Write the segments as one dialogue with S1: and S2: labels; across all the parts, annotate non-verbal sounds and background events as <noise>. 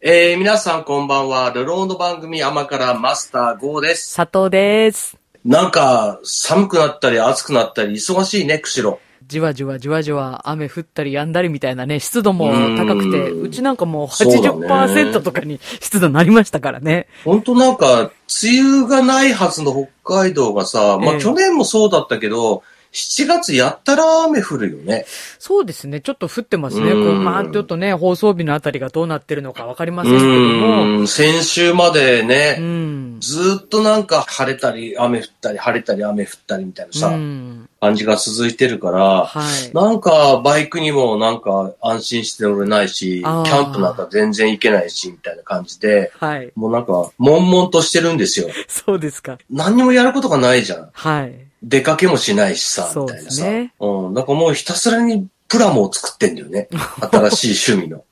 S1: えー、皆さんこんばんは。ルローの番組甘からマスター GO です。
S2: 佐藤です。
S1: なんか、寒くなったり暑くなったり、忙しいね、くしろ。
S2: じわじわじわじわ雨降ったりやんだりみたいなね、湿度も高くて、
S1: うん
S2: うちなんかもう
S1: そうだね
S2: 80%とかに湿度になりましたからね。
S1: ほんとなんか、梅雨がないはずの北海道がさ、ま
S2: え
S1: あ
S2: え
S1: 去年もそうだったけど、7月やったら雨降るよね。
S2: そうですね、ちょっと降ってますね。こ
S1: う
S2: う、
S1: ん
S2: まあ、ちょっとね、放送日のあたりがどうなってるのかわかりませんけども。
S1: うん、先週まで
S2: う
S1: ね、
S2: ん。
S1: ずーっとなんか晴れたり雨降ったり、晴れたり雨降ったりみたいなさ、
S2: うん。
S1: 感じが続いてるから、
S2: はい。
S1: なんか、バイクにもなんか安心して乗れないし、キ
S2: あー
S1: ャンプなんか全然行けないし、みたいな感じで、
S2: はい。
S1: もうなんか、悶々としてるんですよ。
S2: そうですか。
S1: 何にもやることがないじゃん。
S2: はい。
S1: 出かけもしないしさ、
S2: そ
S1: み
S2: う
S1: たい
S2: で
S1: な
S2: す
S1: さ。
S2: ね
S1: うん。なんかもうひたすらにプラモを作ってんだ
S2: <laughs>
S1: よね。新しい趣味の。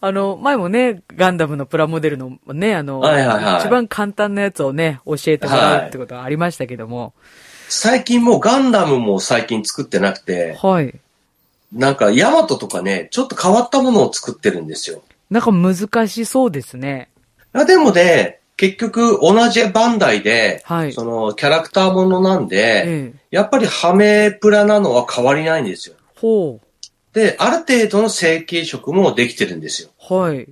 S2: あの、前もね、ガンダムのプラモデルのね、あの、
S1: はいはいはい
S2: 一番簡単なやつをね、教えてもらうってことはありましたけども。
S1: 最近もうガンダムも最近作ってなくて、
S2: はい。
S1: なんかヤマトとかね、ちょっと変わったものを作ってるんですよ。
S2: なんか難しそうですね。
S1: あでもね、結局同じバンダイで、
S2: はい
S1: そのキャラクターものなんで、
S2: ええ。
S1: やっぱりハメプラなのは変わりないんですよ。
S2: ほ
S1: で、ある程度の成形色もできてるんですよ。
S2: う。はい。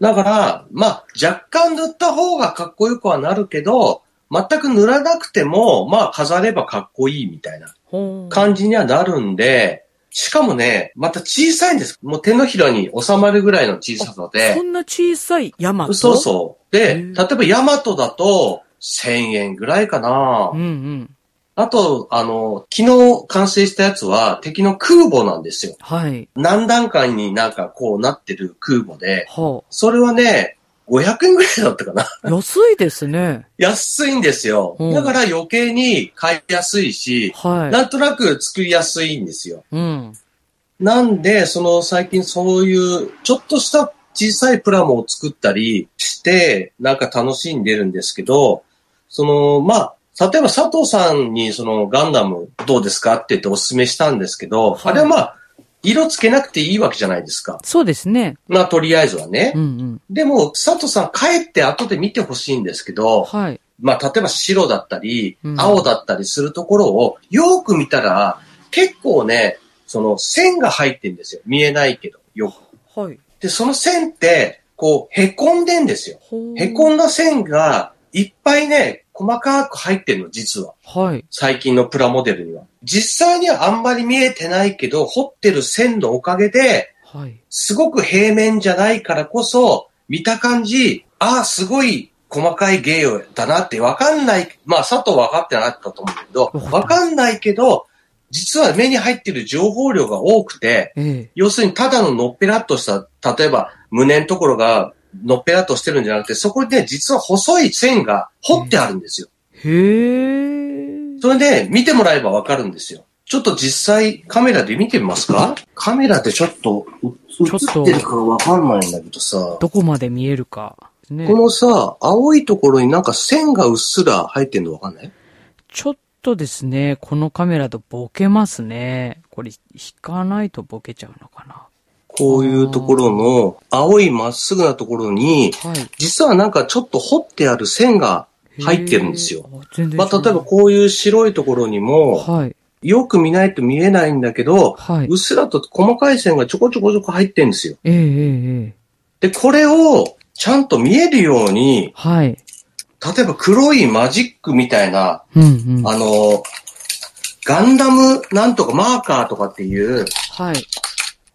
S1: だから、まあ、若干塗った方がかっこよくはなるけど、全く塗らなくても、まあ、飾ればかっこいいみたいな
S2: ほう。
S1: 感じにはなるんで、しかもね、また小さいんです。もう手のひらに収まるぐらいの小ささ
S2: そ
S1: で。
S2: んな小さい山と
S1: そうそう。で、
S2: へ
S1: 例
S2: ー
S1: えばヤマトだと、1000円ぐらいかな
S2: うんうん。
S1: あと、あの、昨日完成したやつは敵の空母なんですよ。
S2: はい。
S1: 何段階になんかこうなってる空母で、
S2: は
S1: それはね、500円ぐらいだったかな。 <laughs>
S2: あ。安いですね。
S1: 安いんですよ。
S2: うん
S1: だから余計に買いやすいし、
S2: は
S1: なんとなく作りやすいんですよ。
S2: い。うん。
S1: なんで、その最近そういうちょっとした小さいプラモを作ったりして、なんか楽しんでるんですけど、その、まあ、例えば佐藤さんにそのガンダムどうですかって言ってお勧めしたんですけど、
S2: はい
S1: あれはまあ、色つけなくていいわけじゃないですか。
S2: そうですね。
S1: まあ、とりあえずはね
S2: う。んうん。
S1: でも、佐藤さん帰って後で見てほしいんですけど、
S2: はい。
S1: まあ、例えば白だったり
S2: う、ん
S1: 青だったりするところを、よーく見たら、結構ね、その線が入ってんですよ。見えないけど、よく。
S2: はい。
S1: で、その線って、こう、凹んでんですよ。
S2: ほう。
S1: 凹んだ線が、いっぱいね、細かく入ってんの、実は。
S2: はい。
S1: 最近のプラモデルには。実際にはあんまり見えてないけど、掘ってる線のおかげで、
S2: はい。
S1: すごく平面じゃないからこそ、見た感じ、ああ、すごい細かい芸をだなってわかんない。まあ、佐藤分かってなかったと思うけど、わかんないけど、実は目に入ってる情報量が多くて、
S2: ええ。
S1: 要するにただののっぺらっとした、例えば胸のところがのっぺらっとしてるんじゃなくて、そこで実は細い線が掘ってあるんですよ。
S2: へえ。
S1: それで見てもらえばわかるんですよ。ちょっと実際カメラで見てみますかカメラでちょっとう
S2: ょっと
S1: 映ってるかわかんないんだけどさ、
S2: どこまで見えるか。ね
S1: こ。のさ、青いところになんか線がうっすら入ってんのわかんない
S2: ちょっとですね、このカメラとボケますね。これ、引かないとボケちゃうのかな。
S1: こういうところの青いまっすぐなところに、
S2: はい。
S1: 実はなんかちょっと掘ってある線が入ってるんですよ。
S2: へー。あ全然
S1: まあ、
S2: 知ら
S1: 例
S2: な
S1: え
S2: い
S1: ばこういう白いところにも、
S2: はい。
S1: よく見ないと見えないんだけど、。
S2: はいう
S1: っすらと細かい線がちょこちょこちょこ入ってるんですよ。
S2: ええええええ。
S1: で、これをちゃんと見えるように、
S2: はい。
S1: 例えば黒いマジックみたいな、
S2: うんうん。
S1: あの、ガンダムなんとかマーカーとかっていう
S2: はい。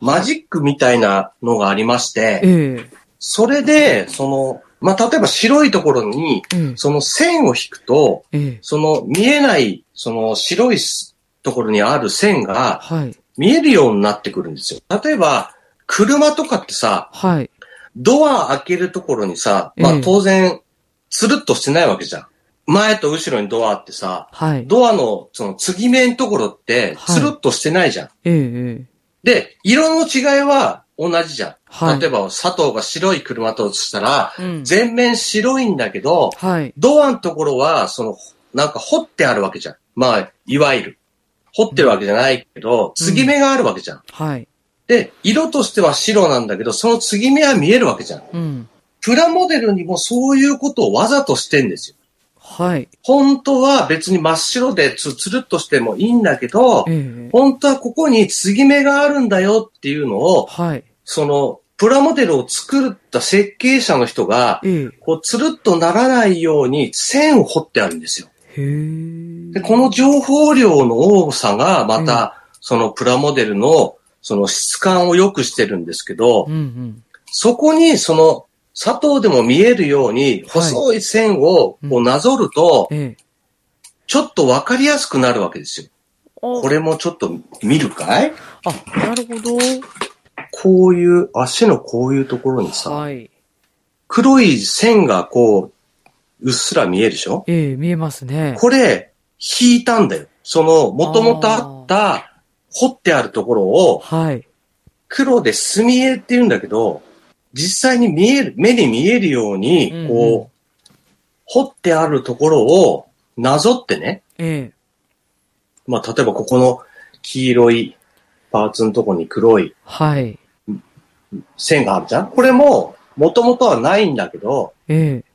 S1: マジックみたいなのがありまして、
S2: ええ。
S1: それで、その、まあ、例えば白いところに、
S2: ええ。
S1: その線を引くと、
S2: ええ。
S1: その見えない、その白いすところにある線が
S2: はい。
S1: 見えるようになってくるんですよ。例えば、車とかってさ、
S2: はい。
S1: ドア開けるところにさ、ま
S2: え
S1: あ
S2: え
S1: 当然、つるっとしてないわけじゃん。前と後ろにドアあってさ、
S2: はい。
S1: ドアのその継ぎ目のところって、
S2: はい
S1: つるっとしてないじゃん。
S2: ええええ。
S1: で、色の違いは同じじゃん。
S2: はい。
S1: 例えば、佐藤が白い車としたら、
S2: うん
S1: 全面白いんだけど、
S2: はい。
S1: ドアのところは、その、なんか掘ってあるわけじゃん。まあ、いわゆる。掘ってるわけじゃないけど、継ぎ目があるわけじゃん。
S2: はい。
S1: で、色としては白なんだけど、その継ぎ目は見えるわけじゃん。
S2: うん。
S1: プラモデルにもそういうことをわざとしてんですよ。
S2: はい。
S1: 本当は別に真っ白でつつるっとしてもいいんだけど、
S2: ええ
S1: 本当はここに継ぎ目があるんだよっていうのを、
S2: はい。
S1: その、プラモデルを作った設計者の人が、
S2: ええ
S1: こう、つるっとならないように線を掘ってあるんですよ。
S2: へえ。
S1: で、この情報量の多さが、また、そのプラモデルの、その質感を良くしてるんですけど
S2: う、んうん。
S1: そこに、その、砂糖でも見えるように、細い線をこうなぞると、
S2: ええ
S1: ちょっとわかりやすくなるわけですよ。これもちょっと見るかい
S2: あ、なるほど。
S1: こういう、足のこういうところにさ、
S2: はい。
S1: 黒い線がこう、うっすら見えるでしょ
S2: ええ見えますね。
S1: これ、引いたんだよ。その、もともとあった、掘ってあるところを、
S2: はい。
S1: 黒で墨絵って言うんだけど、実際に見える、目に見えるように
S2: うんう、ん
S1: こう、掘ってあるところをなぞってね、
S2: ええ
S1: まあ、例えばここの黄色いパーツのとこに黒い
S2: はい。
S1: 線があるじゃんこれも、もともとはないんだけど、
S2: ええ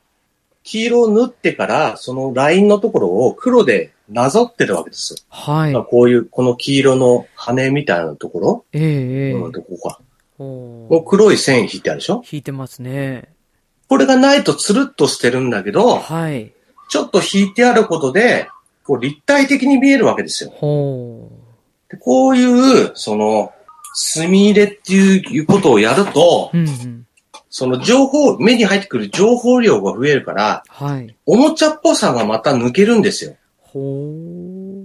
S1: 黄色を塗ってから、そのラインのところを黒でなぞってるわけですよ。
S2: はい
S1: まあ。こういう、この黄色の羽みたいなところ、
S2: ええええ
S1: うん、どこか。
S2: お
S1: こう
S2: ー
S1: 黒い線引いてあるでしょ
S2: 引いてますね。
S1: これがないとつるっとしてるんだけど、
S2: はい。
S1: ちょっと引いてあることで、こう立体的に見えるわけですよ。
S2: ほ
S1: でこういう、その、墨入れっていうことをやると
S2: う。、うんうん。
S1: その情報、目に入ってくる情報量が増えるから、
S2: はい。
S1: おもちゃっぽさがまた抜けるんですよ。
S2: ほ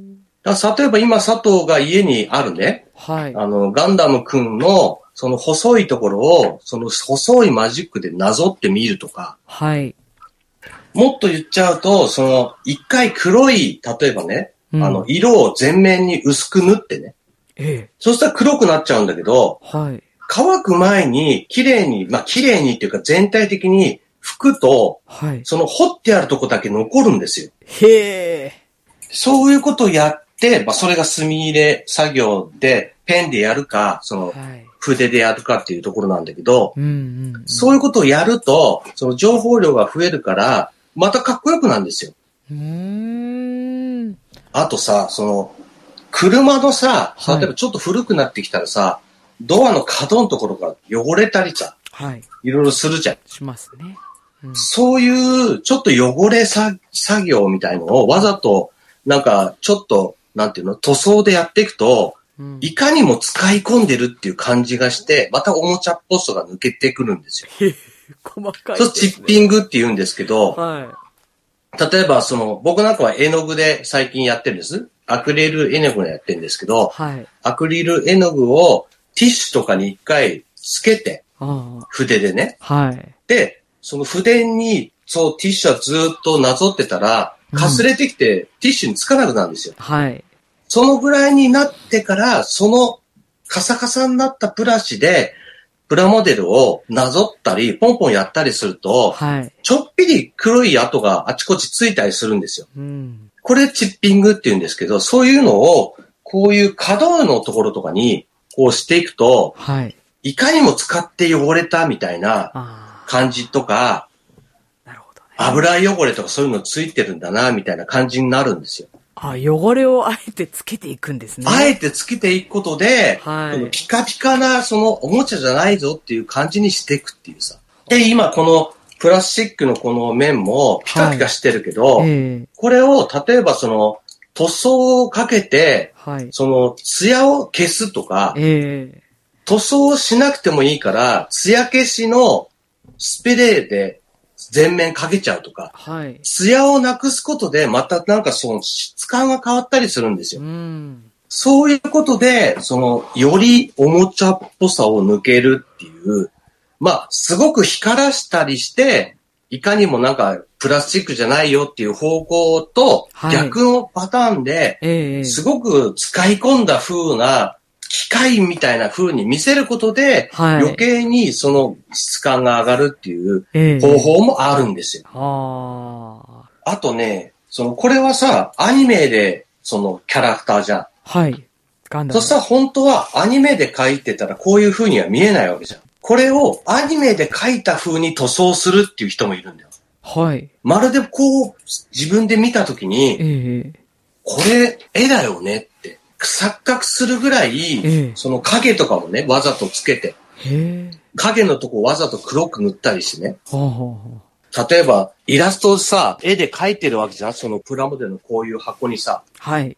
S2: う。
S1: だから例えば今佐藤が家にあるね、
S2: はい。
S1: あの、ガンダムくんの、その細いところを、その細いマジックでなぞってみるとか、
S2: はい。
S1: もっと言っちゃうと、その、一回黒い、例えばね、
S2: あ
S1: あの、、色を全面に薄く塗ってね、
S2: ええ
S1: そしたら黒くなっちゃうんだけど、
S2: はい。
S1: 乾く前に綺麗に、まあ綺麗にっていうか全体的に拭くと、
S2: はい。
S1: その掘ってあるとこだけ残るんですよ。
S2: へえ。
S1: そういうことをやって、まあそれが墨入れ作業でペンでやるか、その
S2: はい。
S1: 筆でやるかっていうところなんだけど、
S2: うんうんうん。
S1: そういうことをやると、その情報量が増えるから、またかっこよくなるんですよ。
S2: うーん。
S1: あとさ、その、車のさ、
S2: はい
S1: 例えばちょっと古くなってきたらさ、ドアの角のところが汚れたりさ、
S2: はい。
S1: いろいろするじゃん。
S2: しますね。うん。
S1: そういう、ちょっと汚れさ作業みたいのをわざと、なんか、ちょっと、なんていうの、塗装でやっていくと、
S2: うん
S1: いかにも使い込んでるっていう感じがして、またおもちゃっぽさが抜けてくるんですよ。
S2: 細かい
S1: そ
S2: で
S1: れチ
S2: す
S1: ッ
S2: ね。
S1: ピングって言うんですけど、
S2: は
S1: 例えばその、僕なんかは絵の具で最近やってるんです。アクリル絵の具でやってるんですけ
S2: い。
S1: ど、
S2: はい。
S1: アクリル絵の具をティッシュとかに一回つけて、
S2: あ
S1: 筆でね。
S2: あ。はい。
S1: で、その筆に、そう、ティッシュはずーっとなぞってたら、
S2: うん
S1: かすれてきて、ティッシュにつかなくなるんですよ。
S2: はい。
S1: そのぐらいになってから、その、カサカサになったブラシで、プラモデルをなぞったり、ポンポンやったりすると、
S2: はい。
S1: ちょっぴり黒い跡があちこちついたりするんですよ。
S2: うん。
S1: これチッピングって言うんですけど、そういうのを、こういう角のところとかに、こうしていくと、
S2: はい。
S1: いかにも使って汚れたみたいな
S2: あ
S1: 感じとか、
S2: あ。なるほどね。
S1: 油汚れとかそういうのついてるんだな、みたいな感じになるんですよ。
S2: あ、汚れをあえてつけていくんですね。
S1: あえてつけていくことで、
S2: はい
S1: そのピカピカな、そのおもちゃじゃないぞっていう感じにしていくっていうさ。で、今このプラスチックのこの面もピカピカしてるけど、
S2: ええ
S1: これを例えばその塗装をかけて、
S2: はい。
S1: その艶を消すとか、
S2: ええ
S1: 塗装をしなくてもいいから、艶消しのスプレーで全面かけちゃうとか、
S2: はい。
S1: 艶をなくすことで、またなんかその質感が変わったりするんです
S2: う
S1: よ。
S2: ん。
S1: そういうことで、その、よりおもちゃっぽさを抜けるっていう、まあ、すごく光らしたりして、いかにもなんかプラスチックじゃないよっていう方向と
S2: はい
S1: 逆のパターンで、
S2: ええ
S1: すごく使い込んだ風な機械みたいな風に見せることで、
S2: はい。
S1: 余計にその質感が上がるっていう
S2: ええ
S1: 方法もあるんですよ。
S2: ああ。
S1: あとね、その、これはさ、アニメで、その、キャラクターじゃん。
S2: はい。ガンダム。
S1: そしたら本当はアニメで描いてたらこういう風には見えないわけじゃん。これをアニメで描いた風に塗装するっていう人もいるんだよ。
S2: はい。
S1: まるでこう、自分で見たときに、
S2: ええ
S1: これ絵だよねって、錯覚するぐら
S2: え
S1: い、
S2: え
S1: その影とかもね、わざとつけて、
S2: へえ。
S1: 影のとこわざと黒く塗ったりしてね。
S2: はあ、はあは
S1: 例えば、イラストをさ、絵で描いてるわけじゃんそのプラモデルのこういう箱にさ、
S2: あ、はい。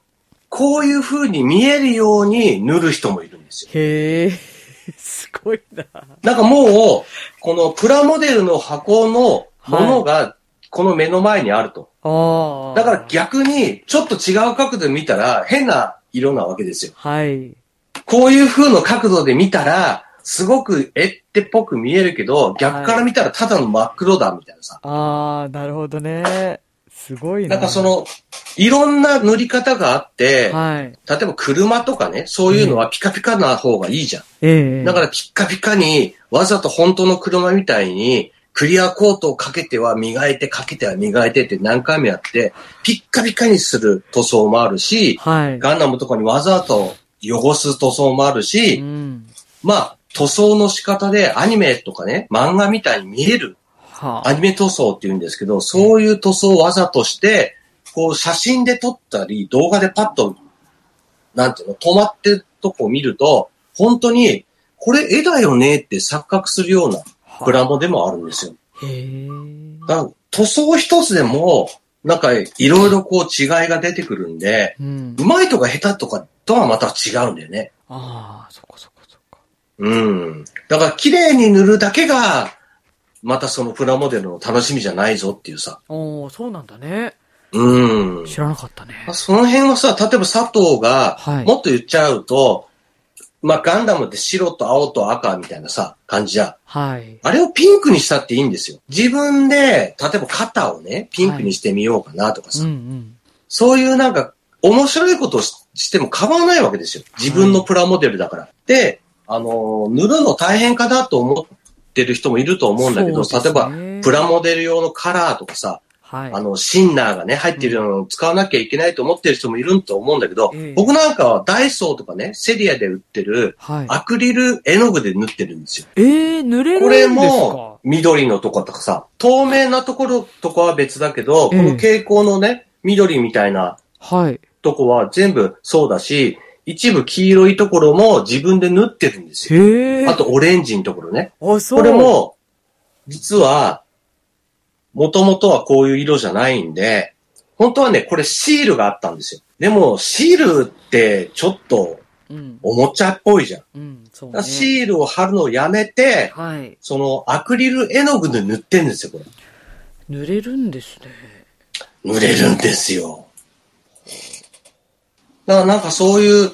S1: こういう風に見えるように塗る人もいるんですよ。
S2: へえ。すごいな。
S1: なんかもう、このプラモデルの箱のものが、この目の前にあると。
S2: ああ。
S1: だから逆に、ちょっと違う角度で見たら、変な色なわけですよ。
S2: はい。
S1: こういう風の角度で見たら、すごく絵ってっぽく見えるけど、逆から見たらただの真っ黒だみたいなさ。
S2: ああ、なるほどね。すごいな。
S1: なんかそ、の、いろんな塗り方があって、
S2: はい。
S1: 例えば車とかね、そういうのはピカピカな方がいいじゃん。
S2: ええ
S1: だから、ピッカピカに、わざと本当の車みたいに、クリアコートをかけては磨いて、かけては磨いてって何回もやって、ピッカピカにする塗装もあるし、
S2: はい。
S1: ガンダムとかにわざと汚す塗装もある
S2: う
S1: し、
S2: ん。
S1: まあ、塗装の仕方でアニメとかね、漫画みたいに見える
S2: は
S1: アニメ塗装って言うんですけど、そういう塗装をわざとして、こう写真で撮ったり、動画でパッと、なんていうの、止まってるとこを見ると、本当に、これ絵だよねって錯覚するような
S2: あ。
S1: プラモでもあるんですよ。
S2: へえ。
S1: だから塗装一つでも、なんかいろいろこう違いが出てくるんで、
S2: うん。
S1: うまいとか下手とかとはまた違うんだよね。
S2: ああ、そこそこそこ。
S1: うん。だから綺麗に塗るだけが、またそのプラモデルの楽しみじゃないぞっていうさ。
S2: おおそうなんだね。
S1: うん。
S2: 知らなかったね。
S1: その辺はさ、例えば佐藤が
S2: は、い
S1: もっと言っちゃうと、まあガンダムって白と青と赤みたいなさ、感じじゃん。
S2: はい。
S1: あれをピンクにしたっていいんですよ。自分で、例えば肩をね、ピンクにしてみようかなとか
S2: う
S1: さ、
S2: んうん。
S1: そういうなんか、面白いことをししても構わないわけですよ。自分のプラモデルだから。で、あのー塗るの大変かなと思ってる人もいると思うんだけど、
S2: そうで
S1: 例え
S2: すね
S1: ば、プラモデル用のカラーとかさ、
S2: はい。
S1: あの、シンナーがね、入ってるのを使わなきゃいけないと思ってる人もいると思うんだけど、
S2: ええ
S1: 僕なんかはダイソーとかね、セリアで売ってる
S2: はい。
S1: アクリル絵の具で塗ってるんですよ。
S2: ええ濡れるんですか
S1: これも、緑のとことかさ、透明なところとかは別だけど、
S2: ええ
S1: この蛍光のね、緑みたいな
S2: はい。
S1: とこは全部そうだし、一部黄色いところも自分で塗ってるんですよ。
S2: へえ。
S1: あと、オレンジのところね。
S2: あ、そう。
S1: これ、も、実は、もともとはこういう色じゃないんで、本当はね、これシールがあったんですよ。でも、シールってちょっと
S2: うん。
S1: おもちゃっぽいじゃん。だ
S2: うん、そう
S1: から
S2: ね。
S1: シールを貼るのをやめて、
S2: はい。
S1: そのアクリル絵の具で塗ってんですよ、これ。
S2: 濡れるんですね。
S1: 塗れるんですよ。だからなんかそういう、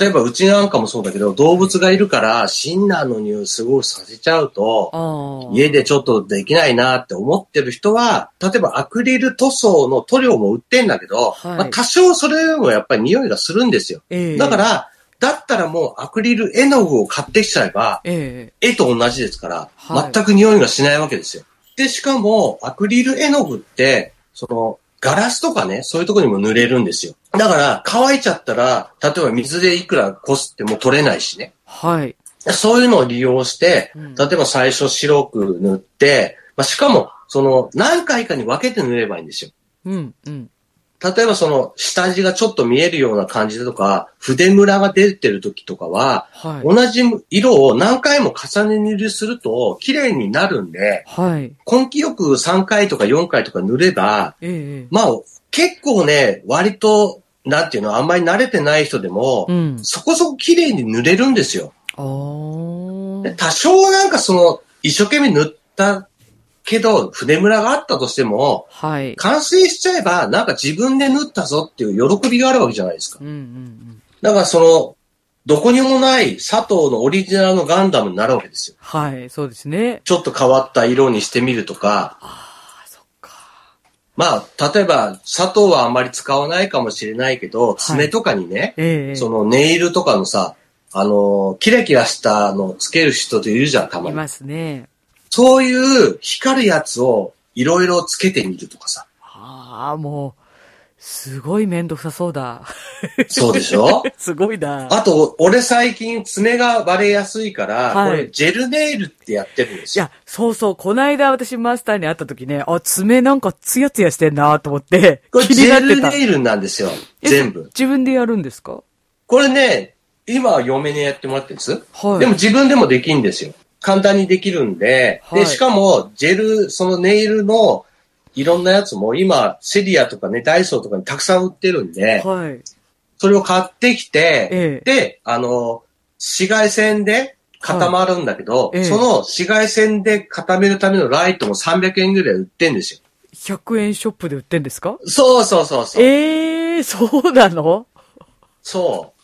S1: 例えばうちなんかもそうだけど、動物がいるから、シンナーの匂いすごいさせちゃうと、
S2: ああ。
S1: 家でちょっとできないなって思ってる人は、例えばアクリル塗装の塗料も売ってんだけど、
S2: はい
S1: まあ、多少それよりもやっぱり匂いがするんですよ。
S2: ええ
S1: だか、ら、だったらもうアクリル絵の具を買ってきちゃえば、
S2: ええ
S1: 絵と同じですから、
S2: はい
S1: 全く匂いがしないわけですよ。で、しかも、アクリル絵の具って、その、ガラスとかね、そういうとこにも塗れるんですよ。だから、乾いちゃったら、例えば水でいくらこすっても取れないしね。
S2: はい。
S1: そういうのを利用して、
S2: うん
S1: 例えば最初白く塗って、まあ、しかも、その何回かに分けて塗ればいいんですよ。
S2: うん、うん。
S1: 例えばその下地がちょっと見えるような感じだとか、筆ムラが出てる時とかは、
S2: はい。
S1: 同じ色を何回も重ね塗りすると綺麗になるんで、
S2: はい。
S1: 根気よく3回とか4回とか塗れば、
S2: ええ
S1: まあ結構ね、割と、なんていうの、あんまり慣れてない人でも、
S2: うん。
S1: そこそこ綺麗に塗れるんですよ。
S2: ああ
S1: で。多少なんかその、一生懸命塗ったけど、筆ムラがあったとしても、
S2: はい。
S1: 完成しちゃえば、なんか自分で塗ったぞっていう喜びがあるわけじゃないですか
S2: う。ん、うん、うん。
S1: だからその、どこにもない佐藤のオリジナルのガンダムになるわけですよ。
S2: はい、そうですね。
S1: ちょっと変わった色にしてみるとか、
S2: ああ、そっか。
S1: まあ、例えば、佐藤はあんまり使わないかもしれないけど、爪とかにね、
S2: ええ
S1: そのネイルとかのさ、あの、キラキラしたのをつける人っているじゃん、たま
S2: い
S1: に。
S2: ますね。
S1: そ
S2: <laughs>
S1: ういう光るやつをいろいろつけてみるとかさ。
S2: ああ、もう、すごいめんどくさそうだ。
S1: そうでしょ
S2: <laughs> すごいな。
S1: あと、俺最近爪がバレやすいから、
S2: はい
S1: これジェルネイルってやってるんで
S2: い
S1: すよ。
S2: や、そうそう、こないだ私マスターに会った時ね、あ、爪なんかツヤツヤしてんなと思って、
S1: これ
S2: 気
S1: ジ
S2: にな
S1: ェ
S2: って
S1: ル
S2: た。
S1: ネイルなんですよ。
S2: え
S1: 全部。
S2: 自分でやるんですか
S1: これね、今は嫁にやってもらってるんです。
S2: はい。
S1: でも、自分でもできるんですよ。簡単にできるんで、
S2: はい
S1: で、しかも、ジェル、そのネイルのいろんなやつも今、セリアとかね、ダイソーとかにたくさん売ってるんで、
S2: はい。
S1: それを買ってきて、
S2: ええ
S1: で、あの、紫外線で固まるんだけど、
S2: はいええ
S1: その紫外線で固めるためのライトも300円ぐらい売ってんですよ。
S2: 100円ショップで売ってんですか
S1: そうそうそうそう。
S2: ええー、そうなの
S1: そう。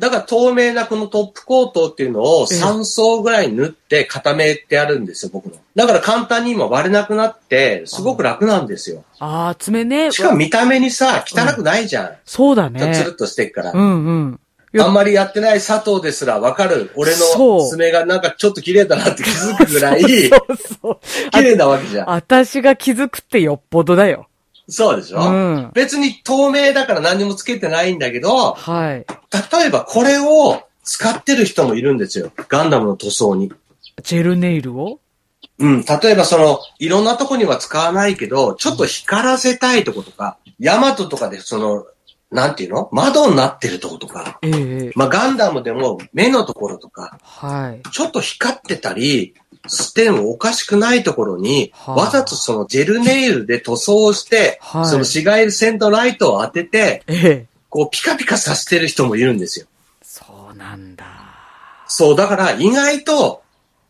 S1: だから透明なこのトップコートっていうのを
S2: ええ
S1: 3層ぐらい縫って固めてあるんですよ、僕の。だから簡単に今割れなくなって、すごく楽なんですよ。
S2: ああ、爪ね。
S1: しかも見た目にさ、汚くないじゃん。
S2: そうだ
S1: つる
S2: ね
S1: っ。としてっから
S2: う。んうん。いや
S1: あんまりやってない佐藤ですらわかる。俺
S2: そう
S1: の爪がなんかちょっと綺麗だなって気づくぐらい、
S2: <laughs>
S1: 綺
S2: そうそう。
S1: 麗なわけじゃん。
S2: 私が気づくってよっぽどだよ。
S1: そうでし
S2: う
S1: ょ、
S2: ん。
S1: 別に透明だから何もつけてないんだけど、
S2: はい。
S1: 例えばこれを使ってる人もいるんですよ。ガンダムの塗装に。
S2: ジェルネイルを
S1: うん、例えばその、いろんなとこには使わないけど、ちょっと光らせたいとことか、ヤマトとかでその、なんていうの窓になってるとことか、
S2: ええ
S1: まあ、ガンダムでも目のところとか、
S2: はい。
S1: ちょっと光ってたり、ステンおかしくないところに、
S2: はい
S1: わざとそのジェルネイルで塗装をして、そ
S2: は
S1: の
S2: い
S1: 紫外線とライトを当てて、
S2: ええ
S1: こうピカピカさせてる人もいるんですよ。
S2: そうなんだ。
S1: そう、だから意外と、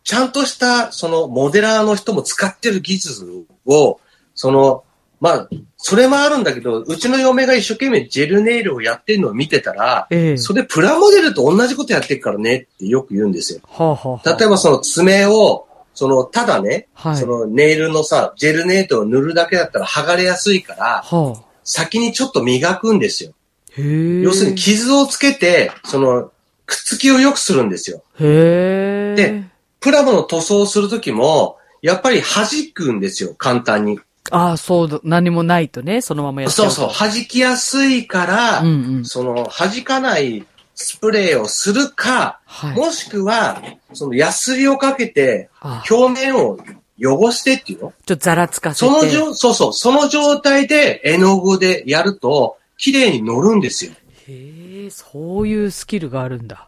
S1: ちゃんとした、その、モデラーの人も使ってる技術を、その、まあ、それもあるんだけど、うちの嫁が一生懸命ジェルネイルをやってるのを見てたら、
S2: ええ
S1: それプラモデルと同じことやってるからねってよく言うんですよ。
S2: はあ、はあはあ、
S1: 例えばその爪を、その、ただね、
S2: はい
S1: そのネイルのさ、ジェルネイトを塗るだけだったら剥がれやすいから、
S2: はあ。
S1: 先にちょっと磨くんですよ。
S2: へえ。
S1: 要するに傷をつけて、その、くっつきを良くするんですよ。
S2: へえ。
S1: で、プラモの塗装をするときも、やっぱり弾くんですよ、簡単に。
S2: ああ、そうだ、何もないとね、そのままやっちゃ
S1: そううそう、
S2: と
S1: 弾きやすいから、
S2: うんうん。
S1: その、弾かないスプレーをするか、
S2: はい。
S1: もしくは、その、ヤスリをかけて、
S2: ああちょ
S1: 表面を汚してっていうの
S2: っとざらつかせて。
S1: その状、そうそう、その状態で絵の具でやると、綺麗に乗るんですよ。
S2: へえ、そういうスキルがあるんだ。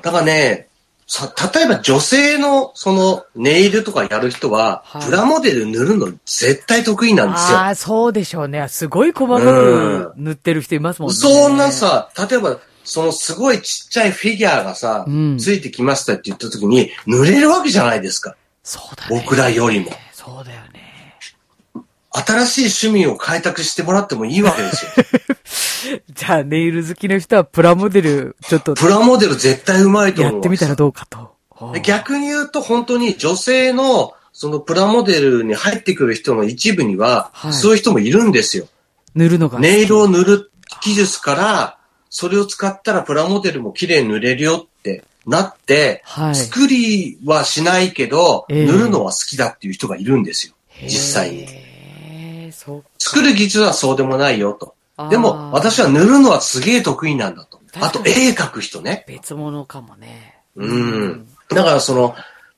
S1: だからね、さ、例えば女性のそのネイルとかやる人は
S2: はい、
S1: プラモデル塗るの絶対得意なんですよ
S2: あ。あ、そうでしょうね。すごい細かく塗ってる人いますもんね。
S1: そんなさ、例えば、そのすごいちっちゃいフィギュアがさ、
S2: うん
S1: ついてきましたって言った時に、塗れるわけじゃないですか。
S2: そうだね。
S1: 僕らよりも。
S2: そうだよね。
S1: 新しい趣味を開拓してもらってもいいわけですよ。
S2: <laughs> じゃあ、ネイル好きの人はプラモデル、ちょっと、
S1: プラモデル絶対うまいと
S2: や
S1: 思うわ。
S2: ってみたらどうかと。
S1: で逆に言うと本当に女性のそのプラモデルに入ってくる人の一部には、
S2: はい
S1: そういう人もいるんですよ。
S2: 塗るのが。
S1: ネイルを塗る技術から、それを使ったらプラモデルも綺麗に塗れるよってなって、
S2: はい。
S1: 作りはしないけど、
S2: ええ
S1: 塗るのは好きだっていう人がいるんですよ。実際に。
S2: へえ、そう。
S1: 作る技術はそうでもないよと。
S2: あー
S1: でも、私は塗るのはすげえ得意なんだと。あ
S2: 確か
S1: と、
S2: に
S1: 絵描く人ね。
S2: 別物かもね。
S1: うん。。だからその、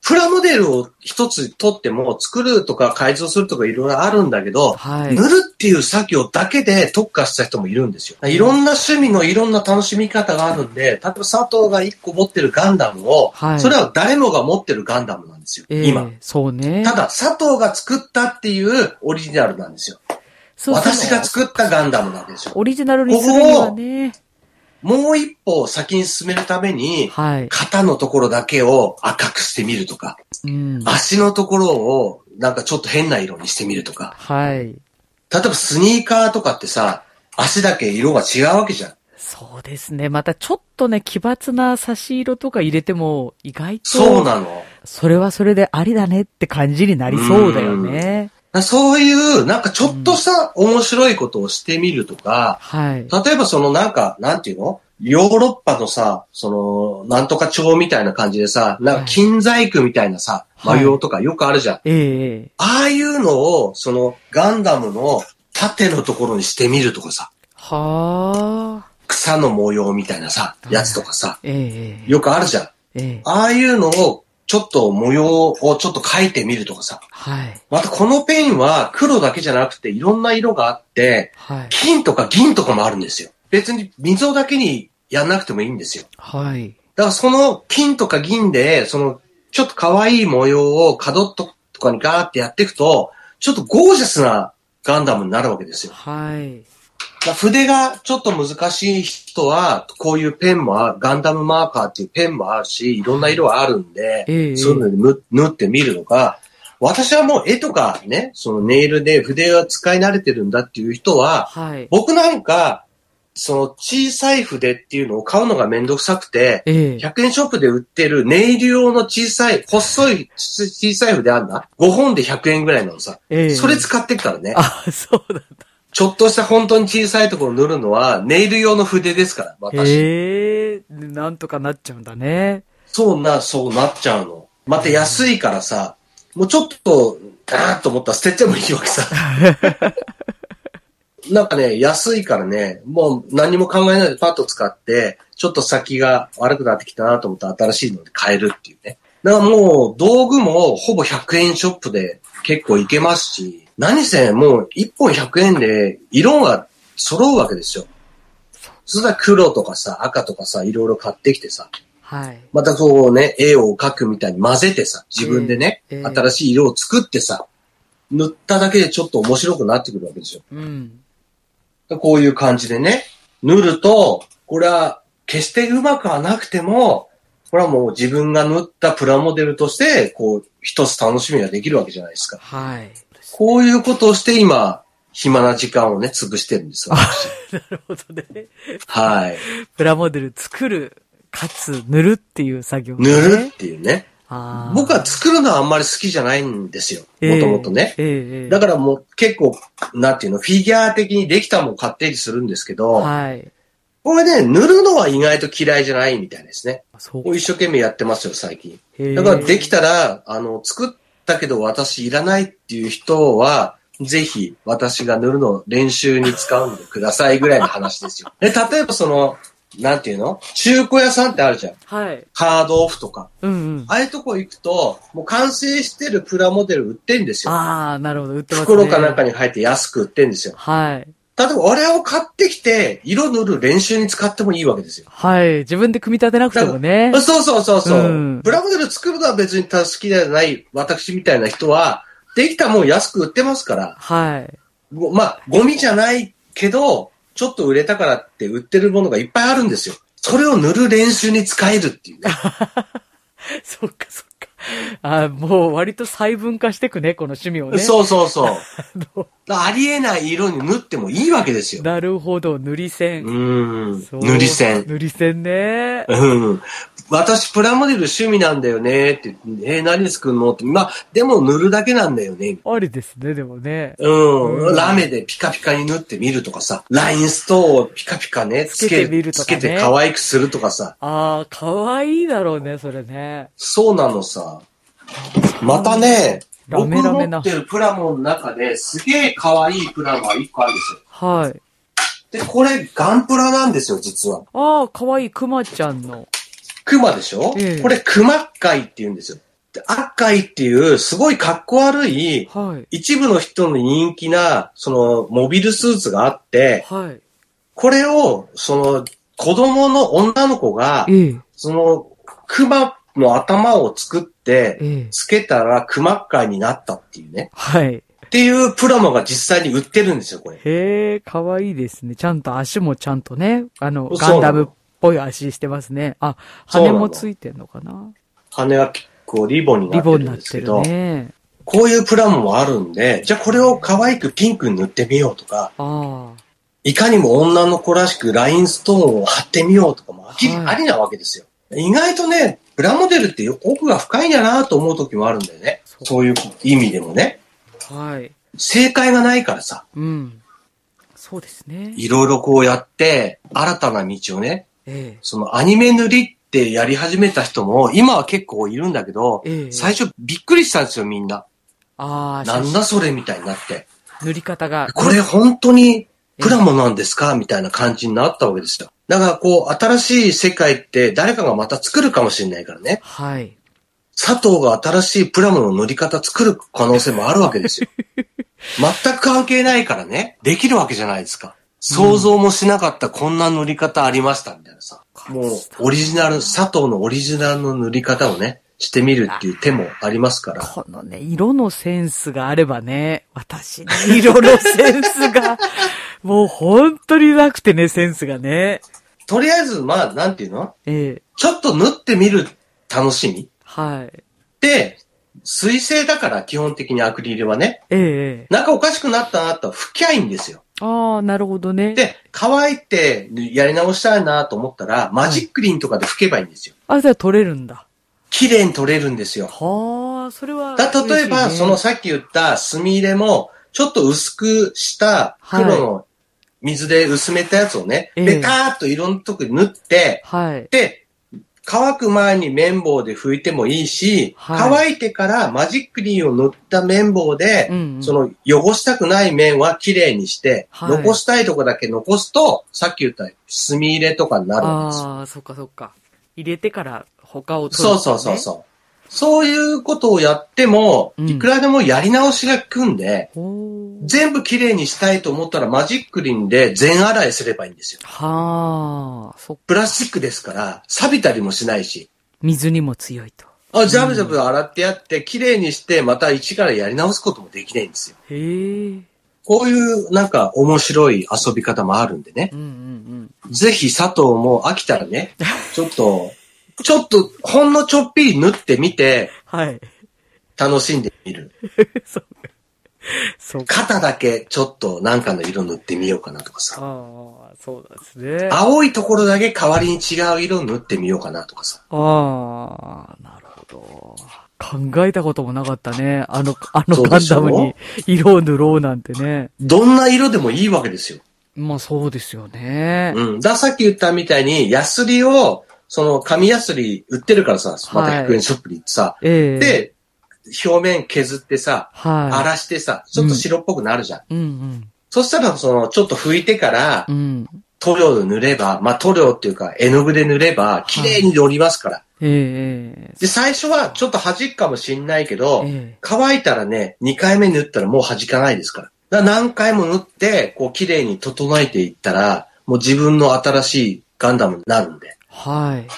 S1: プラモデルを一つ取っても、作るとか改造するとかいろいろあるんだけど、
S2: はい
S1: 塗るっていう作業だけで特化した人もいるんですよ。いろんな趣味のいろんな楽しみ方があるんで、例えば佐藤が一個持ってるガンダムを、
S2: はい
S1: それは誰もが持ってるガンダムなんですよ、
S2: ええ
S1: 今。
S2: そうね。
S1: ただ、佐藤が作ったっていうオリジナルなんですよ。
S2: そうそう
S1: 私が作ったガンダムなんですよ。
S2: オリジナルにするにはね。
S1: もう一歩先に進めるために、
S2: はい。
S1: 肩のところだけを赤くしてみるとか、
S2: うん。
S1: 足のところをなんかちょっと変な色にしてみるとか、
S2: はい。
S1: 例えばスニーカーとかってさ、足だけ色が違うわけじゃん。
S2: そうですね。またちょっとね、奇抜な差し色とか入れても、意外と、
S1: そうなの。
S2: それはそれでありだねって感じになりそうだよね。
S1: そういう、なんかちょっとした面白いことをしてみるとか、
S2: はい。
S1: 例えばそのなんか、なんていうのヨーロッパのさ、その、なんとか町みたいな感じでさ、なんか金細工みたいなさ、
S2: はい
S1: 模様とかよくあるじゃん。
S2: ええ
S1: ああいうのを、そのガンダムの縦のところにしてみるとかさ、
S2: はあ。
S1: 草の模様みたいなさ、やつとかさ、
S2: ええええ
S1: よくあるじゃん。
S2: ええ。
S1: ああいうのを、ちょっと模様をちょっと描いてみるとかさ。
S2: はい。
S1: またこのペンは黒だけじゃなくていろんな色があって、
S2: はい。
S1: 金とか銀とかもあるんですよ。別に溝だけにやんなくてもいいんですよ。
S2: はい。
S1: だからその金とか銀で、そのちょっと可愛い模様を角っととかにガーってやっていくと、ちょっとゴージャスなガンダムになるわけですよ。
S2: はい。
S1: だから筆がちょっと難しい人は、こういうペンもあガンダムマーカーっていうペンもあるし、いろんな色あるんで、
S2: ええ。
S1: そういうのにむ縫ってみるのか、私はもう絵とかね、そのネイルで筆が使い慣れてるんだっていう人は、
S2: はい。
S1: 僕なんか、その小さい筆っていうのを買うのがめんどくさくて、
S2: ええ。
S1: 100円ショップで売ってるネイル用の小さい、細いち小さい筆あんな ?5 本で100円ぐらいなのさ。
S2: ええ。
S1: それ使ってっからね。
S2: あ、そうだっ
S1: ちょっとした本当に小さいところ塗るのはネイル用の筆ですから、
S2: た。
S1: 私。
S2: ええ。なんとかなっちゃうんだね。
S1: そうな、そうなっちゃうの。また安いからさ、もうちょっと、あーっと思ったら捨ててもいいわけさ。なんかね、安いからね、もう何も考えないでパッと使って、ちょっと先が悪くなってきたなと思ったら新しいので買えるっていうね。だからもう道具もほぼ100円ショップで結構いけますし、何せもう1本100円で色が揃うわけですよ。そしたら黒とかさ、赤とかさ、いろいろ買ってきてさ、
S2: はい。
S1: またこうね、絵を描くみたいに混ぜてさ、自分でね、
S2: ええええ
S1: 新しい色を作ってさ、塗っただけでちょっと面白くなってくるわけですよ。
S2: うん。
S1: こういう感じでね、塗ると、これは決してうまくはなくても、これはもう自分が塗ったプラモデルとして、こう、一つ楽しみができるわけじゃないですか。
S2: はい。
S1: こういうことをして今、暇な時間をね、潰してるんですよ。
S2: なるほどね。
S1: はい。
S2: プラモデル作る、かつ塗るっていう作業、
S1: 塗るっていうね。
S2: あー
S1: 僕は作るのはあんまり好きじゃないんですよ。
S2: え
S1: も
S2: え
S1: ともとね。
S2: ええええ
S1: だからもう結構、なんていうの、フィギュア的にできたもん買ってりするんですけど、
S2: はい。
S1: これね、塗るのは意外と嫌いじゃないみたいですね。
S2: そう
S1: こう一生懸命やってますよ、最近。
S2: だ
S1: だからでき
S2: た。
S1: たら、あの、作ったけど私いらないっていう人は、ぜひ私が塗るのを練習に使うんでくださいぐらいの話です
S2: <laughs>
S1: よ。で、例えばその、なんていうの中古屋さんってあるじゃん。
S2: はい。
S1: ハードオフとか。
S2: うんうん。
S1: ああいうとこ行くと、もう完成してるプラモデル売ってんですよ。
S2: ああ、なるほど。売ってますね。
S1: 袋かなんかに入って安く売ってんですよ。
S2: はい。
S1: 例えば我々を買ってきて、色塗る練習に使ってもいいわけですよ。
S2: はい。自分で組み立てなくてもね。
S1: そうそうそうそう、
S2: うん
S1: プラモデル作るのは別に好きではない私みたいな人は、できたもん安く売ってますから、
S2: はい。
S1: ごまあ、ゴミじゃないけど、ちょっと売れたからって売ってるものがいっぱいあるんですよ。それを塗る練習に使えるっていうね。
S2: そっかそっか。あーもう割と細分化してくね、この趣味をね。
S1: そうそうそう。 <laughs>
S2: ど
S1: ありえない色に塗ってもいいわけですよ。
S2: なるほど、塗り
S1: う
S2: 線。そ
S1: ー。
S2: うん
S1: 塗り線。
S2: 塗り線ね。
S1: うん。私、プラモデル趣味なんだよねって、えー何作るのって、まあ、でも塗るだけなんだよね、
S2: ありですね、でもね。
S1: う。
S2: うんん
S1: ラメでピカピカに塗ってみるとかさ、ラインストーンをピカピカね、
S2: つけてみると
S1: つ
S2: かね
S1: けて可愛くするとかさ、
S2: ああ、かわいいだろうね、それね。
S1: そうなのさ。またね、
S2: ラ
S1: 僕
S2: メラメな
S1: 持ってるプラモの中ですげえ可愛いプラモが一個あるんです
S2: はい。
S1: よ。で、これガンプラなんですよ、実は。
S2: ああ、かわいい、くまちゃんの。
S1: クマでしょ、
S2: ええ
S1: これクマ界って言うんですよ。で悪界っていうすごい格好悪い
S2: はい。
S1: 一部の人の人気な、その、モビルスーツがあって、
S2: はい。
S1: これを、その、子供の女の子が、
S2: ええ、
S1: その、熊の頭を作って、
S2: ええ。
S1: つけたら熊界になったっていうね。
S2: はい。
S1: っていうプラモが実際に売ってるんですよ、これ。
S2: へえ、かわいいですね。ちゃんと足もちゃんとね、あの、
S1: そう
S2: ガンダムっぽい足してますね。あ、
S1: そう
S2: 羽
S1: なの
S2: もついてんのかな
S1: 羽は結構リボンにな
S2: リ
S1: って
S2: ボ
S1: る
S2: ンになんっ
S1: です
S2: て
S1: け
S2: る
S1: ど、
S2: ね。
S1: こういうプラモもあるんで、じゃあこれを可愛くピンクに塗ってみようとか、
S2: ああ、
S1: いかにも女の子らしくラインストーンを貼ってみようとかもあきり、
S2: はい
S1: ありなわけですよ。意外とね、プラモデルって奥が深いんだなと思う時もあるんだよね。
S2: そう
S1: そういう意味でもね。
S2: はい。
S1: 正解がないからさ、
S2: うん。そうですね。
S1: いろいろこうやって、新たな道をね、
S2: ええ。
S1: そのアニメ塗りってやり始めた人も、今は結構いるんだけど、
S2: ええ
S1: 最初びっくりしたんですよ、みんな。
S2: ああ、
S1: なん
S2: 写
S1: だそれみたいになって。
S2: 真塗り方が。
S1: これ本当にプラモなんですかみたいな感じになったわけですよ。だからこう、新しい世界って誰かがまた作るかもしれないからね。
S2: はい。
S1: 佐藤が新しいプラモの塗り方作る可能性もあるわけ <laughs> ですよ。全く関係ないからね、できるわけじゃないですか。想像もしなかったこんな塗り方ありましたみたいなさ。もうオリジナル、佐藤のオリジナルの塗り方をね、してみるっていう手もありますから。
S2: このね、色のセンスがあればね、私に色のセンスが、 <laughs> もう本当になくてね、センスがね。
S1: とりあえず、まあ、なんていうの
S2: ええ
S1: ちょっと塗ってみる楽しみ
S2: はい。
S1: で、水性だから基本的にアクリルはね、
S2: ええええ
S1: なんかおかしくなったなとは吹きゃいいんですよ。
S2: ああ、なるほどね。
S1: で、乾いてやり直したいなと思ったら、マジックリンとかで吹けばいいんですよ。
S2: あ、じゃあ取れるんだ。
S1: 綺麗に取れるんですよ。
S2: はあ、それは、
S1: だ例
S2: 嬉し
S1: えば、
S2: いね
S1: その、さっき言った墨入れも、ちょっと薄くした黒の水で薄めたやつをね、
S2: ええ
S1: ベターっといろんなとこに塗って、
S2: はい。
S1: で、乾く前に綿棒で拭いてもいいし、
S2: はい
S1: 乾いてからマジックリンを塗った綿棒で、
S2: うんうん
S1: その汚したくない面は綺麗にして、
S2: はい
S1: 残したいとこだけ残すと、さっき言った墨入れとかになるんですよ。
S2: ああ、そっかそっか。入れてから他を取る、
S1: そうそうそうそう。そういうことをやっても、
S2: うん
S1: いくらでもやり直しが効くんで、
S2: う。ほー
S1: 全部綺麗にしたいと思ったらマジックリンで全洗いすればいいんですよ。
S2: はあ、そっか。
S1: プラスチックですから、錆びたりもしないし。
S2: 水にも強いと。
S1: あ、ジャブジャブ洗ってやって、綺麗にして、また一からやり直すこともできないんですよ。
S2: へえ。
S1: こういうなんか面白い遊び方もあるんでね
S2: うんう。んうん。
S1: ぜひ佐藤も飽きたら
S2: <laughs>
S1: ね、ちょっと、ちょっと、ほんのちょっぴり縫ってみて、
S2: はい。 <laughs>
S1: 楽しんでみる。
S2: そう。そうか。
S1: 肩だけちょっとなんかの色塗ってみようかなとかさ。
S2: ああ、そうなんですね。あ
S1: 青いところだけ代わりに違う色塗ってみようかなとかさ。
S2: あー、なるほど。考えたこともなかったね。あの、あの
S1: そう
S2: ガ
S1: で
S2: ン
S1: し
S2: ダ
S1: ょ
S2: ムに色を塗ろうなんてね。
S1: どんな色でもいいわけですよ。
S2: まあそうですよね。
S1: うん。だ、さっき言ったみたいに、ヤスリを、その紙ヤスリ売ってるからさ、また
S2: はい
S1: 100円ショップに行ってさ、
S2: ええ
S1: で、表面削ってさ、荒
S2: は
S1: らしてさ、ちょっと白っぽくなるじゃん。
S2: い。うん
S1: そしたら、その、ちょっと拭いてから
S2: うん。う、ん。
S1: 塗料で塗れば、まあ、塗料っていうか、絵の具で塗れば、綺麗に塗りますから。
S2: えええ
S1: で、最初はちょっと弾くかもしんないけ
S2: え
S1: ど、
S2: え
S1: 乾いたらね、2回目塗ったらもう弾かないですから。だから何回も塗って、こう綺麗に整えていったら、もう自分の新しいガンダムになるんで、
S2: はい。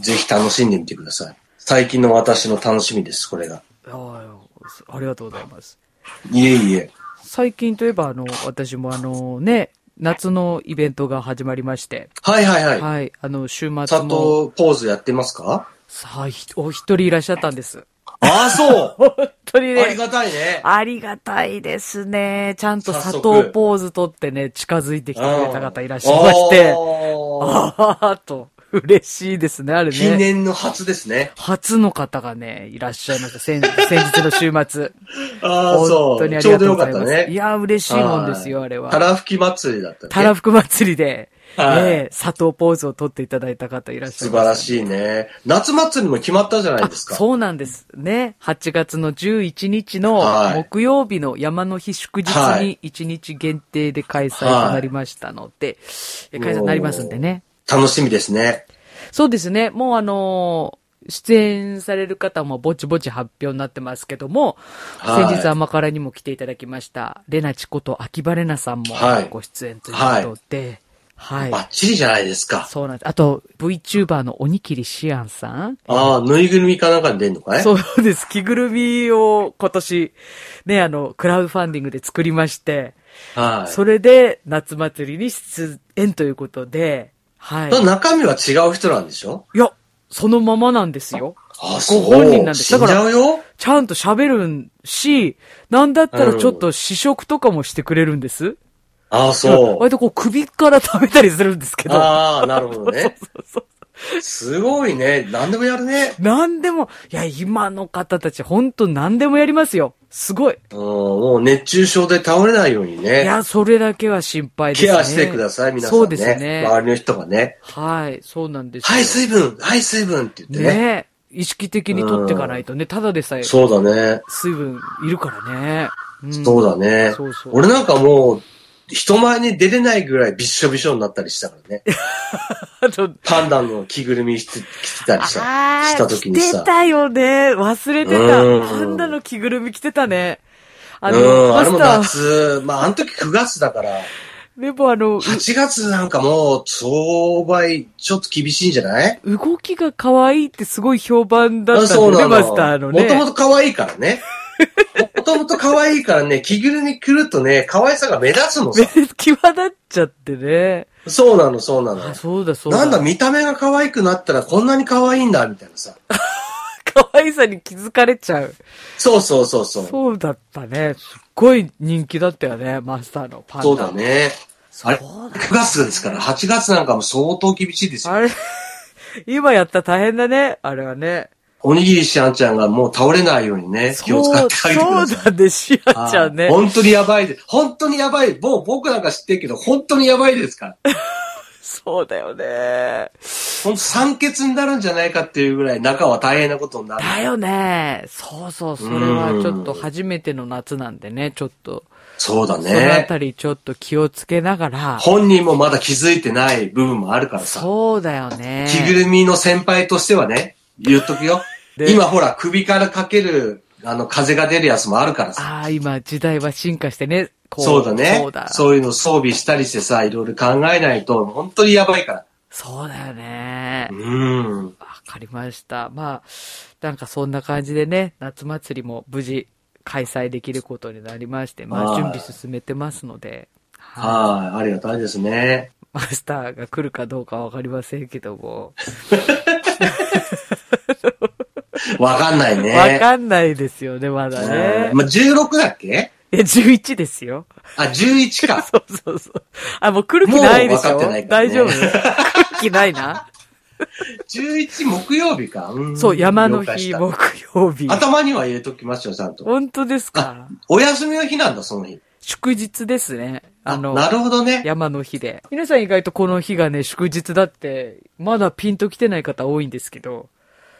S1: ぜひ楽しんでみてください。最近の私の楽しみです、これが。
S2: ああ、ありがとうございます。
S1: いえいえ。
S2: 最近といえば、あの、私もあの、ね、夏のイベントが始まりまして、
S1: はいはいはい。
S2: はい、あの、週末
S1: 佐藤
S2: も、
S1: ポーズやってますか
S2: さあ、ひお一人いらっしゃったんです。
S1: ああ、そ
S2: <laughs>
S1: う
S2: 本当に
S1: あり
S2: ね、
S1: がたいね。
S2: ありがたいですね。ちゃんと佐
S1: 早
S2: 藤
S1: 速
S2: ポーズ取ってね、近づいてきてくれた方いらっしゃいまし
S1: して
S2: て、ああーと、嬉しいですね、あれ
S1: 記
S2: ね。
S1: 念の初ですね。
S2: 初の方がね、いらっしゃいました。先 <laughs> 先日の週末。
S1: ああ、
S2: 本当
S1: そ
S2: に
S1: う。
S2: あ
S1: ち
S2: り
S1: ょ
S2: が
S1: うど
S2: とうござい
S1: よかった
S2: ます。い
S1: ね。
S2: や、嬉しいもんですよ、あれは。
S1: たらふき祭りだったね。
S2: たらふく祭りで、
S1: はい
S2: ええ佐藤ポーズを取っていただいた方いらっしゃい
S1: 素
S2: ま
S1: 晴ら
S2: い
S1: しいね。夏祭りも決まったじゃないですか。
S2: そうなんです。ね。8月の11日の
S1: はい
S2: 木曜日の山の日祝日
S1: は
S2: に
S1: い
S2: 1日限定で開催となりましたので、え開催になりますんでね。
S1: 楽しみですね。
S2: そうですね。もうあのー出演される方もぼちぼち発表になってますけども、
S1: はい
S2: 先日甘辛にも来ていただきました、レナチこと秋葉レナさんも
S1: はい
S2: ご出演ということで、はい。
S1: バッチリじゃないですか。
S2: そうなんです。あと、VTuber のおにきりしあんさん。
S1: ああ、ぬいぐるみかなんかに出んのかい
S2: そうです。着ぐるみを今年、ね、あの、クラウドファンディングで作りまして、
S1: はい。
S2: それで夏祭りに出演ということで、はい。
S1: その中身は違う人なんでしょ
S2: いや、そのままなんですよ。
S1: ああ、
S2: ご
S1: そう。
S2: 本人なんです。
S1: 死
S2: だ
S1: んじ
S2: か
S1: ゃ
S2: ら、
S1: うよ
S2: ちゃんと喋るんし、なんだったら
S1: うん
S2: ちょっと試食とかもしてくれるんです。
S1: ああ、そう
S2: 割。とこう首から食べたりするんですけど。。
S1: ああ、なるほどね
S2: そうそう
S1: すごいね。何でもやるね。
S2: 何でも、いや、今の方たち、本当何でもやりますよ。すごい。
S1: うん、もう熱中症で倒れないように
S2: い
S1: ね。
S2: や、それだけは心配ですね。
S1: ケアしてください、皆さんね。
S2: そうですね。
S1: 周りの人がね。
S2: はい、そうなんですよ。
S1: はい、水分はい、水分って言って
S2: ねえ
S1: ね。
S2: 意識的に取っていかないとね、ただでさえ
S1: そうだね。
S2: 水分いるからね。ん
S1: そうだね。
S2: そうそう。
S1: 俺なんかもう、人前に出れないぐらいびっしょびしょになったりしたから
S2: <laughs>
S1: ね。
S2: あと、
S1: パンダの着ぐるみして着てたりさ。
S2: あー
S1: した時に
S2: 着
S1: さ
S2: てたよね。忘れて
S1: うん
S2: た。パンダの着ぐるみ着てたね。あ
S1: う
S2: の、
S1: ん、あ
S2: マ
S1: れ
S2: ス
S1: も
S2: ター、
S1: 夏、まあ、あの時9月だから、
S2: でもあの、
S1: 8月なんかもう、相場、ちょっと厳しいんじゃない
S2: い動きが可愛いってすごい評判だったんだ
S1: そう
S2: よ
S1: な
S2: ね、
S1: の。
S2: マスターのね。
S1: もともと可愛いからね。 <laughs> もともと可愛いからね、着ぐるみ着るとね、可愛さが目立つのさ。
S2: <laughs> 際立っちゃってね。
S1: そうなの、そうなの
S2: あ、。そうだ、そうだ。
S1: なんだ、見た目が可愛くなったらこんなに可愛いんだ、みたいなさ。
S2: 可愛さに気づかれちゃう。
S1: そうそうそうそう。
S2: そうだったね。すっごい人気だったよね、マスターのパンダ。
S1: そうだ。ね。あれ、
S2: そう
S1: 9
S2: だ
S1: 月ですから、8月なんかも相当厳しいですよ。
S2: あれ、 <laughs> 今やったら大変だね、あれはね。
S1: おにぎりしあんちゃんがもう倒れないようにね、気を使ってあげてく
S2: そう
S1: ださい。
S2: そうだね、しあちゃん
S1: あ
S2: ね
S1: ー。本当にやばいです。本当にやばい。もう僕なんか知ってるけど、本当にやばいですから。
S2: そうだよね。
S1: 本当酸欠になるんじゃないかっていうぐらい中は大変なことになる。
S2: だよね。そうそう、それはちょっと初めての夏なんでね、ちょっと、
S1: そうだ
S2: そのあ
S1: ね。
S2: たりちょっと気をつけながら。
S1: 本人もまだ気づいてない部分もあるからさ。
S2: そうだよね。
S1: 着ぐるみの先輩としてはね、言っとくよ。
S2: で
S1: 今ほら、首からかける、あの、風が出るやつもあるからさ。
S2: ああ、今時代は進化してね。こ
S1: そうだね
S2: そうだ。
S1: そういうの装備したりしてさ、いろいろ考えないと、本当にやばいから。
S2: そうだよね。
S1: うん。
S2: わかりました。まあ、なんかそんな感じでね、夏祭りも無事開催できることになりまして、ま
S1: は
S2: あ
S1: い
S2: 準備進めてますので、はい
S1: はい、ありがたいですね。
S2: マスターが来るかどうかわかりませんけども、
S1: わかんないね。
S2: わかんないですよね、まだね
S1: うん。まあ、16だっけ
S2: いや、11ですよ。
S1: あ、11か。
S2: そうそうそう。あ、もう来る気ないでし
S1: もう
S2: ょ
S1: 分かってないからね
S2: 大丈夫来る気ないな。
S1: 11木曜日か。ん
S2: そう、山の日、。
S1: 了解し
S2: 木曜日
S1: た。頭には入れときますよ、ちゃんと。
S2: 本当ですか
S1: お休みの日なんだ、その日。
S2: 祝日ですね。あの、
S1: なるほ
S2: <laughs>
S1: どね。
S2: 山の日で。皆さん意外とこの日がね、祝日だって、まだピンと来てない方多いんですけど、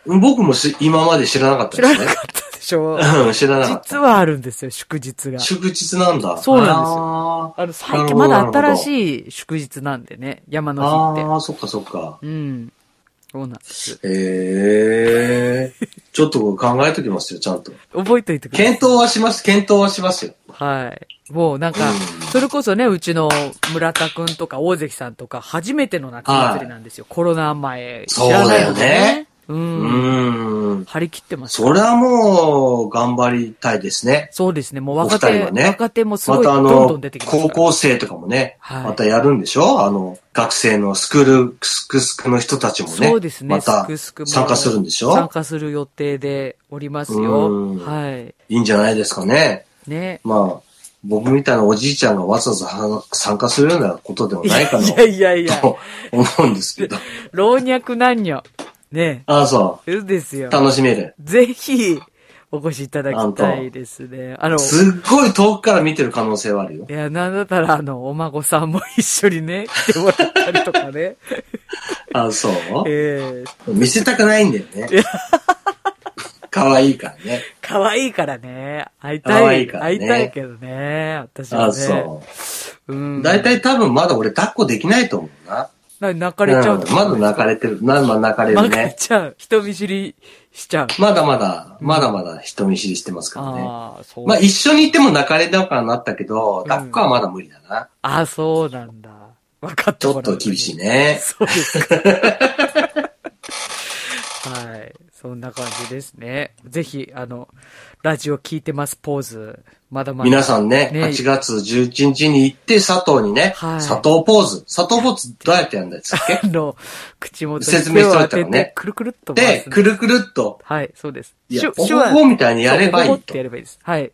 S1: 僕もし今まで知らなかっ
S2: 知
S1: たで
S2: ら
S1: す
S2: な
S1: ね
S2: か。ったでしょ
S1: うん知らなかった。
S2: 実はあるんですよ、祝日が。
S1: 祝日なんだ。
S2: そうなんですよ
S1: よ。
S2: あの、最近
S1: な
S2: ま
S1: るほど
S2: だ新しい祝日なんでね、山の日っ
S1: ああ、そっかそっか。
S2: て。うん。そうなんです。
S1: ええちょっと考えときますよ、ちゃんと。
S2: 覚えといてください。
S1: 検討はします、検討はしますよ。
S2: はい。もうなんか
S1: うん、
S2: それこそね、うちの村田くんとか大関さんとか、初めての夏祭りなんですよ。コロナ前。知らないのでね。う。
S1: うんーん。
S2: 張り切ってます。
S1: それはもう、頑張りたいですね。
S2: そうですね。もう若手
S1: お二人は、ね
S2: 若手もすご
S1: ま
S2: い
S1: たあ
S2: どん
S1: の
S2: どん出てき、ますから
S1: 高校生とかもね、
S2: はい
S1: またやるんでしょあの、学生のスクール、スクスクの人たちもね、
S2: そうですね。
S1: また
S2: すくすくも
S1: 参加するんでし
S2: 参
S1: ょ
S2: 加する予定でおります
S1: う
S2: よ。
S1: ん
S2: はい
S1: いんじゃないですかね。
S2: い。ね。
S1: まあ、僕みたいなおじいちゃんがわざわざは参加するようなことでもないかな、
S2: いやいやいや、
S1: と思うんですけど。
S2: 老若男女。ね。
S1: ああ、そ
S2: そうですよ
S1: う。。楽しめる。
S2: ぜひ、お越しいただきたいですね。あの、
S1: すっごい遠くから見てる可能性はあるよ
S2: い。や、なんだったら、あの、お孫さんも一緒にね、 <laughs> 来てもらったりとかね。
S1: ああ、そう
S2: ええ
S1: 見せたくないんだよね。可愛いからね。
S2: 可愛いからね。会い
S1: 可
S2: た
S1: 愛
S2: い、
S1: いから
S2: 会
S1: ね
S2: いたいけどね。私は
S1: あ
S2: ね。
S1: あ、そう。
S2: う。ん。
S1: 大体多分まだ俺抱っこできないと思うな。
S2: な泣かれちゃうと
S1: んまだ泣かれてる。なまあ泣かれ
S2: ま
S1: る
S2: かれ
S1: ね。
S2: ちゃう。人見知りしちゃう。
S1: まだまだ、まだまだ人見知りしてますからね。
S2: ああ、そう。
S1: まあ一緒にいても泣かれなくはなったけど、抱っこはまだ無理だな。
S2: ああ、そうなんだ。分かって
S1: ち
S2: もら
S1: ょ
S2: う
S1: っと厳しい
S2: ね。
S1: ね。
S2: そうですか。はい。そんな感じですね。ぜひ、あの、ラジオ聞いてますポーズ、まだまだ。
S1: 皆さんね、
S2: ね
S1: 8月11日に行って佐藤にね、
S2: はい
S1: 佐藤ポーズ。佐藤ポーズどうやってや
S2: <laughs>
S1: るんですっけ
S2: の、口元に
S1: 説明しといた
S2: 手を
S1: の
S2: 当
S1: ね
S2: てて、くるくるっと回
S1: で、
S2: すん
S1: く
S2: で。
S1: るくるっと、
S2: はい、そうです。
S1: いや、
S2: 手
S1: お
S2: 手
S1: ほ
S2: 話
S1: ほみたいにやればい
S2: そうおほほっ
S1: いと
S2: て。やればいいです。はい。
S1: うん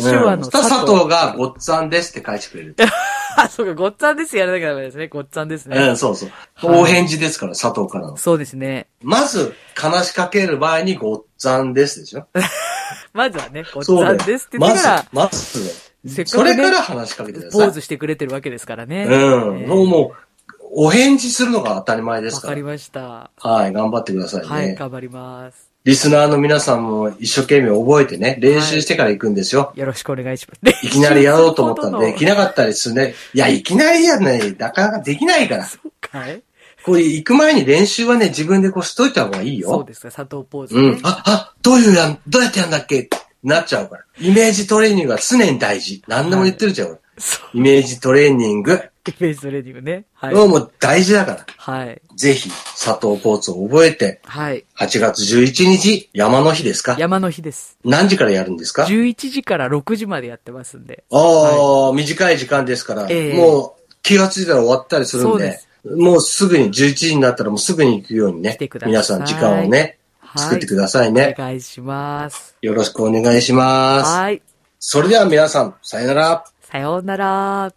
S2: 手話
S1: そ
S2: の
S1: したら佐藤がごっつぁんですって返してくれる。
S2: <laughs> あ、そうか、ごっつぁんです。やらなきゃダメですね。ごっつぁんです
S1: う
S2: ね
S1: ん、。そうそう。
S2: はい
S1: 大返事ですから、佐藤からの。
S2: そうですね。
S1: まず、話しかける前にごっつぁんですでしょ
S2: まずはね、ごっつ
S1: そうだ
S2: ぁん
S1: よ
S2: ですって言っ
S1: ま
S2: て
S1: ず
S2: から、、
S1: まずだよ、
S2: せっか
S1: そ
S2: くね
S1: れから話しかけてくだ
S2: ポ
S1: さい。
S2: ーズしてくれてるわけですからね。
S1: うん。
S2: えー
S1: もうもう、お返事するのが当たり前です
S2: わ
S1: か
S2: からり。ました。
S1: はい、頑張ってくださいね。
S2: はい、頑張ります。
S1: リスナーの皆さんも一生懸命覚えてね、練習してから行くんですよ。
S2: よろしくお願いします。
S1: い、きなりやろうと思った
S2: <laughs>
S1: んで、でき
S2: な
S1: なかったですね。いや、いきなりやね、なかなかできないから。
S2: そうかい
S1: こういう行く前に練習はね、自分でこうしといた方がいいよ。
S2: そうですか、佐藤ポーズ
S1: う
S2: ね。
S1: ん。あ、あ、どういうやん、どうやってやんだっけってなっちゃうから。イメージトレーニングは常に大事。何でも言ってるじゃん、俺
S2: そう、
S1: イメージトレーニング。
S2: イメージトレーニングね。はい。
S1: もうもう大事だから。
S2: はい。
S1: ぜひ、佐藤ポーツを覚えて、
S2: はい。
S1: 8月11日、山の日ですか
S2: 山の日です。
S1: 何時からやるんですか
S2: 11時から6時までやってますんで。
S1: ああ、短い時間ですから、
S2: ええ
S1: もう気がついたら終わったりする
S2: そ
S1: ん
S2: うで
S1: で、もうすぐに11時になったらもうすぐに行くようにね
S2: 来てく、ださい
S1: 皆さん時間をね、
S2: はい
S1: 作ってくださいね。
S2: お願いします。
S1: よろしくお願いします。
S2: はい。
S1: それでは皆さん、さよなら。
S2: さようなら。